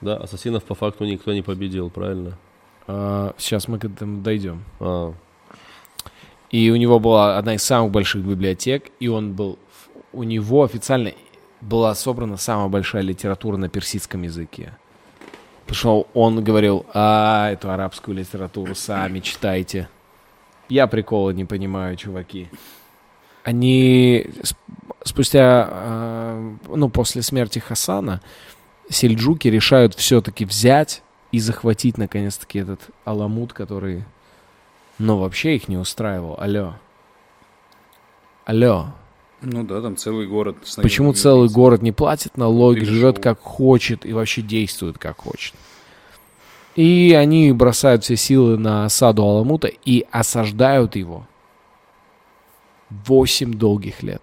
Да, ассасинов по факту никто не победил, правильно? а, сейчас мы к этому дойдем. А, И у него была одна из самых больших библиотек, и он был... У него официально была собрана самая большая литература на персидском языке. Потому что он говорил, а, эту арабскую литературу сами читайте. Я прикола не понимаю, чуваки. Они сп- спустя, э, ну, после смерти Хасана, сельджуки решают все-таки взять и захватить, наконец-таки, этот Аламут, который но вообще их не устраивал. Алло. Алло. Ну да, там целый город. с Почему наемными целый убийцами. город не платит налоги, Ты живет шо? как хочет и вообще действует как хочет? И они бросают все силы на осаду Аламута и осаждают его. Восемь долгих лет.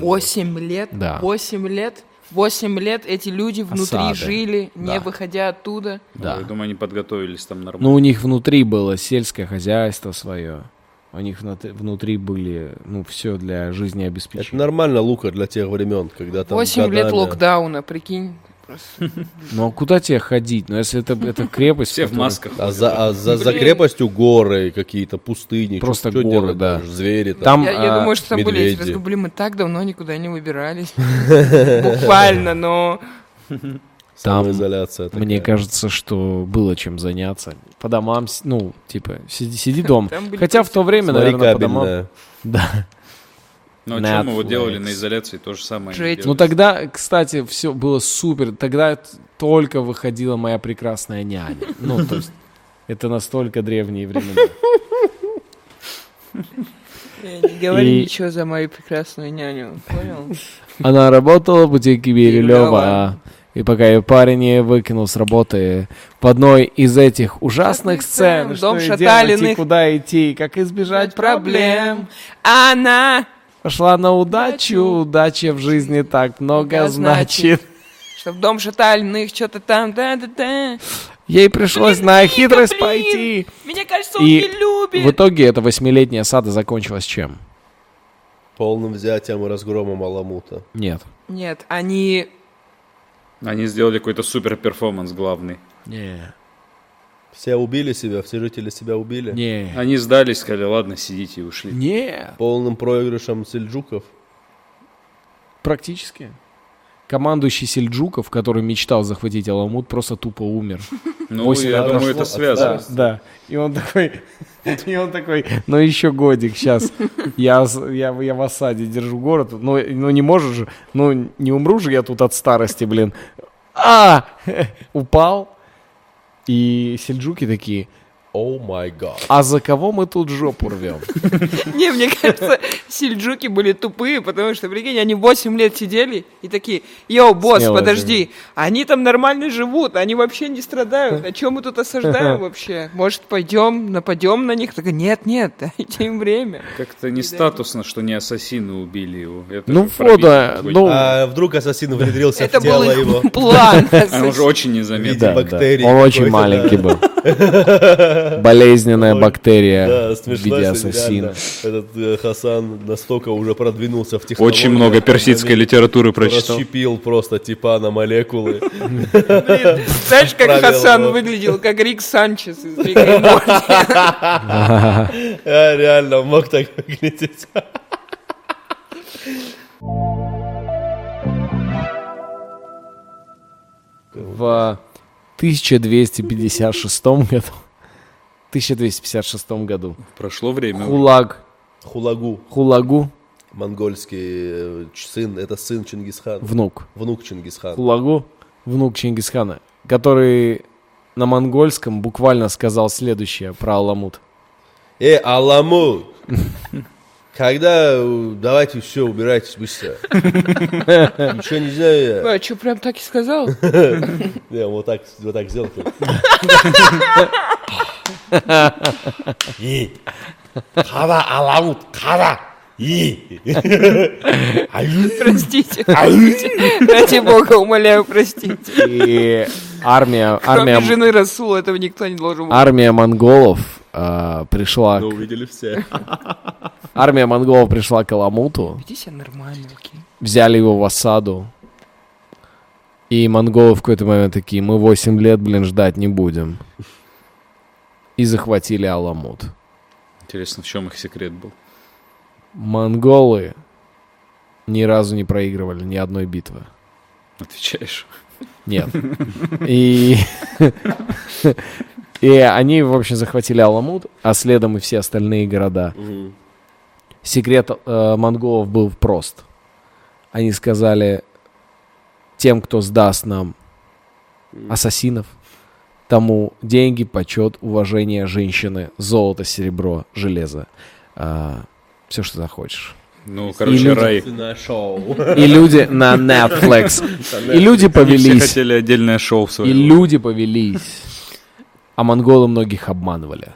Восемь лет? Да. Восемь лет? Восемь лет эти люди внутри Осады. жили, не Да. выходя оттуда. Да. Я думаю, они подготовились там нормально. Ну, у них внутри было сельское хозяйство свое. У них внут- внутри были, ну, все для Это жизнеобеспечения. нормально, Лука, для тех времен, когда там Восемь лет годами- локдауна, прикинь. Ну, а куда тебе ходить? Ну, если это, *laughs* это крепость... Все в которая- масках. А за, а за, за Блин. крепостью горы какие-то, пустыни. чё- Просто чё горы, делать да. будешь? Звери там. Там, Я, я а, думаю, что там были эти медведи. разговоры. Блин, мы так давно никуда не *laughs* выбирались. Буквально, но... Самоизоляция такая. Мне кажется, что было чем заняться. По домам, с- ну, типа, сиди, сиди дома. Там были Хотя в то время, Смотри, наверное, по домам... кабельная. Да. Ну, а чё мы вот Netflix. делали на изоляции, то же самое. Жить. они Ну, делали. тогда, кстати, все было супер. Тогда т- только выходила моя прекрасная няня. Ну, то есть, это настолько древние времена. Не говори И- ничего за мою прекрасную няню, понял? *laughs* Она работала в бутике Бирилева. Бирюлёва. И пока ее парень не выкинул с работы в одной из этих ужасных сцен, сцен, что дом и делать, и Шаталиных. куда идти, и как избежать проблем. Она Пошла на удачу, удача в жизни так много Много значит. значит. Что в дом шатальных, что-то там, да-да-да. Ей пришлось на хитрость блин! пойти. Меня кажется, он И не любит. в итоге эта восьмилетняя сада закончилась чем? Полным взятием и разгромом Аламута. Нет. Нет, они... Они сделали какой-то супер перформанс главный. Не. Все убили себя, все жители себя убили. Не. Они сдались, сказали, ладно, сидите и ушли. Не. Полным проигрышем сельджуков. Практически. Командующий Сельджуков, который мечтал захватить Аламут, просто тупо умер. Ну, Восемь я лет думаю, это прошло, а- связано. Да. И он такой, *laughs* и он такой, ну еще годик сейчас, я, с- я, в- я в осаде держу город, ну, ну не можешь же, ну не умру же я тут от старости, блин. А! *laughs* Упал. И сельджуки такие, О май гад. а за кого мы тут жопу *laughs* рвем? *laughs* Не, мне кажется, сельджуки были тупые, потому что, прикинь, они 8 лет сидели и такие, йоу, босс, Смело подожди, они там нормально живут, они вообще не страдают, о чем мы тут осаждаем вообще? Может, пойдем, нападем на них? Такая, нет, нет, дайте им время. Как-то не статусно, что не ассасины убили его. Это Ну же вот, пробитие да, какое-то. ну, А вдруг ассасин внедрился Это в был тело их *laughs* его. *laughs* план. Оно уже очень в незаметно. виде бактерий. Он очень какой-то, маленький да. был. *laughs* Болезненная Ой, бактерия Да, в смешно, виде если ассасина. реально Этот э, Хасан настолько уже продвинулся в технологии. Очень много персидской литературы прочитал. Расщепил просто типа на молекулы. *laughs* Блин, Знаешь, как Правило, Хасан вот. выглел, как Рик Санчес из Рика и Морти. Я реально мог так выглядеть. В 1256 году. 1256 году. Прошло время. Хулаг. Хулагу, Хулагу. монгольский э, ч- сын, это сын Чингисхана. Внук. Внук Чингисхана. Хулагу. Внук Чингисхана. Который на монгольском буквально сказал следующее про Аламут. Эй, Аламут! Э, Когда... э, Давайте все, убирайтесь быстро. Ничего не знаю я. А что, прям так и сказал? Не, вот так, вот так сделал. только. И. Хава, Аламут, хава. И. А Простите, простите. Ради бога, умоляю, простите. И армия, Кроме армия, жены Расула этого никто не должен А- был. армия монголов э, пришла, Ну, к- увидели все. армия монголов пришла к Аламуту. Веди себя нормально, окей. взяли его в осаду. И монголы в какой-то момент такие, мы 8 лет, блин, ждать не будем. И захватили Аламут. Интересно, в чем их секрет был? Монголы ни разу не проигрывали ни одной битвы. Отвечаешь. Нет. И... *laughs* И они, в общем, захватили Аламут, а следом и все остальные города. Секрет э, монголов был прост. Они сказали тем, кто сдаст нам ассасинов, тому деньги, почет, уважение женщины, золото, серебро, железо. все, что захочешь. Ну, короче, люди- рай. шоу. И люди на Netflix. И люди Они все повелись. хотели отдельное шоу в И своем. люди повелись. А монголы многих обманывали.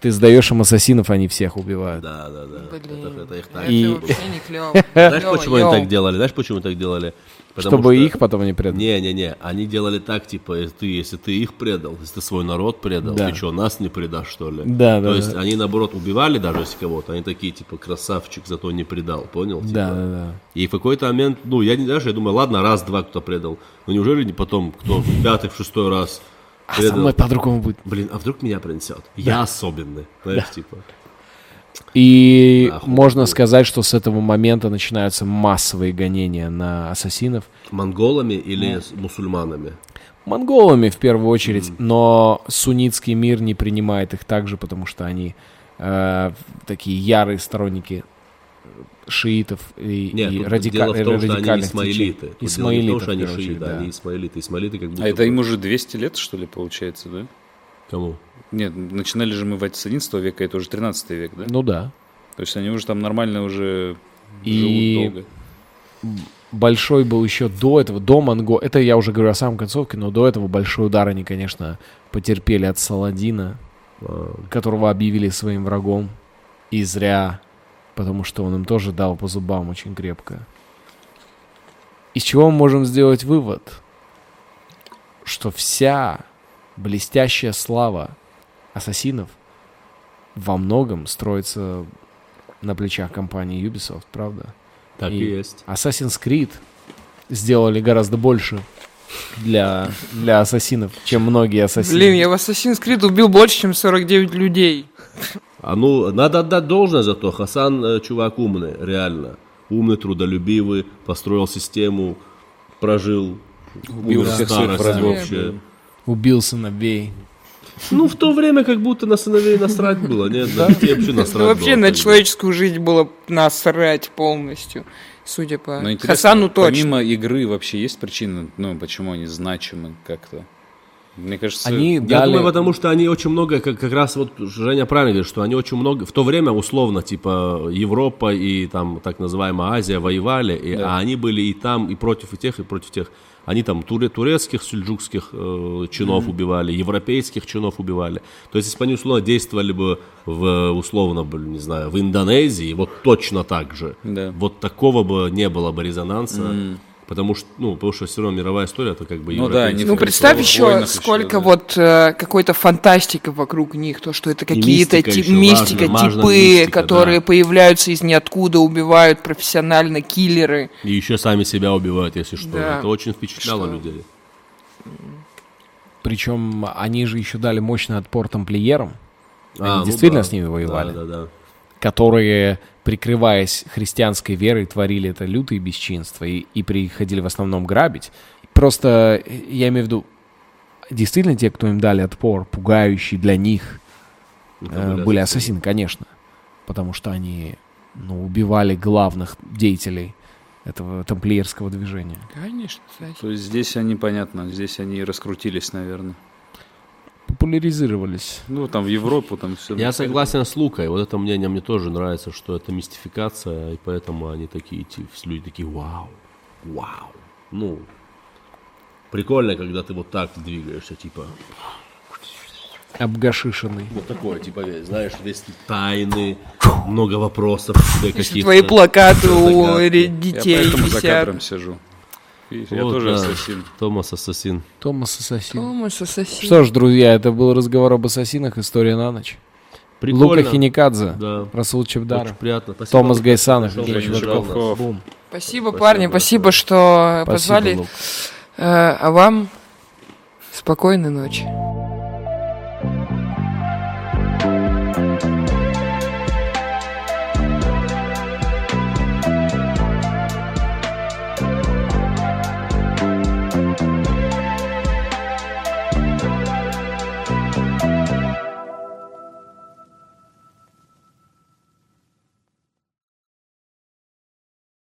Ты сдаешь им ассасинов, они всех убивают. Да, да, да. Блин, Это, это их так. это И- вообще не клево. *laughs* Знаешь, почему они так делали? Знаешь, почему так делали? Потому Чтобы что- их потом не предать. Не-не-не, они делали так, типа, э, ты, если ты их предал, если ты свой народ предал, Да. ты что, нас не предашь, что ли? Да, да, То да. есть они, наоборот, убивали даже если кого-то, они такие, типа, красавчик, зато не предал, понял? Типа, Да, да, да. И в какой-то момент, ну, я не даже, я думаю, ладно, раз-два кто предал, но неужели не потом кто в пятый, в шестой раз А со предал? мной по-другому будет. Блин, а вдруг меня принесет? Я особенный, знаешь, типа. И Да, хуй можно сказать, что с этого момента начинаются массовые гонения на ассасинов. Монголами или с мусульманами? Монголами в первую очередь, но суннитский мир не принимает их также, потому что они э, такие ярые сторонники э, шиитов и, Нет, и тут радика- дело в том, что они не радикальных исмаилиты. течений. Тут дело не в Исмаилиты, том, в что они первую шииты, очередь, да. они исмаилиты, исмаилиты как будто А это бы- им уже 200 лет, что ли, получается, да? Кому? Нет, начинали же мы в- с 11 века, это уже 13 век, да? Ну да. То есть они уже там нормально уже И- живут долго. большой был еще до этого, до Монго. Это я уже говорю о самом концовке, но до этого большой удар они, конечно, потерпели от Саладина, э, которого объявили своим врагом. И зря, потому что он им тоже дал по зубам очень крепко. Из чего мы можем сделать вывод? Что вся блестящая слава ассасинов во многом строится на плечах компании Ubisoft, правда? Так и, И- есть. Assassin's Creed сделали гораздо больше для, для ассасинов, чем многие ассасины. Блин, я в Assassin's Creed убил больше, чем 49 людей. А ну, надо отдать должное зато. Хасан э, чувак умный, реально. Умный, трудолюбивый, построил систему, прожил. Убил умер всех в своих старости врагов. вообще. Убил сыновей. Ну, в то время как будто на сыновей насрать было, нет? На детей вообще насрать Ну, было вообще на тогда. человеческую жизнь было насрать полностью, судя по Но Ну, интересно, Хасану точно. Помимо игры вообще есть причины, ну, почему они значимы как-то? Мне кажется, Они Я дали... думаю, потому что они очень много, как, как раз вот Женя правильно говорит, что они очень много, в то время условно, типа, Европа и там так называемая Азия воевали, и, а они были и там, и против и тех, и против тех. Они там туре- турецких, сельджукских э, чинов убивали, европейских чинов убивали. То есть, если бы они условно действовали бы в, э, условно, бы, не знаю, в Индонезии, вот точно так же. Да. Вот такого бы не было бы резонанса. Потому что, ну, потому что все равно мировая история, это как бы Ну да, они европейская Ну, в представь «Концовых еще, войнах» еще, сколько да. вот э, какой-то фантастики вокруг них, то, что это И какие-то мистика ти- еще, мистика, важно, важно типы, мистика, которые да. появляются из ниоткуда, убивают профессионально киллеры. И еще сами себя убивают, если что. Да. Это очень впечатляло Что? людей. Причем они же еще дали мощный отпор тамплиерам, А, ну действительно да. с ними воевали? Да, да, да. которые, прикрываясь христианской верой, творили это лютые бесчинства и, и приходили в основном грабить. Просто э, я имею в виду, действительно те, кто им дали отпор, пугающий для них, Это Э, были были ассасины. ассасины, конечно, потому что они ну, убивали главных деятелей этого тамплиерского движения. Конечно, кстати. то есть здесь они, понятно, здесь они раскрутились, наверное. Популяризировались. Ну, там в Европу, там все. Я согласен с Лукой. Вот это мнение мне тоже нравится, что это мистификация, и поэтому они такие, типа, люди такие, вау, вау. Ну, прикольно, когда ты вот так двигаешься, типа, Обгашишенный. вот такой, типа, весь, знаешь, весь тайны, много вопросов тебе каких-то. Твои плакаты у загадки. ре- Я детей поэтому за висят. кадром сижу. Видишь, я Вот, тоже да. ассасин. Томас Ассасин. Томас Ассасин. Томас Ассасин. Что ж, друзья, это был разговор об ассасинах. История на ночь. Прикольно. Лука Хиникадзе, Да. Расул Очень Чебдаров, приятно. Спасибо. Томас Гайсанов, Спасибо, Евгений Женя Чебаков. Чебаков. Бум. Спасибо, парни, спасибо, большое. что Спасибо, позвали. Лук. Э, а вам спокойной ночи.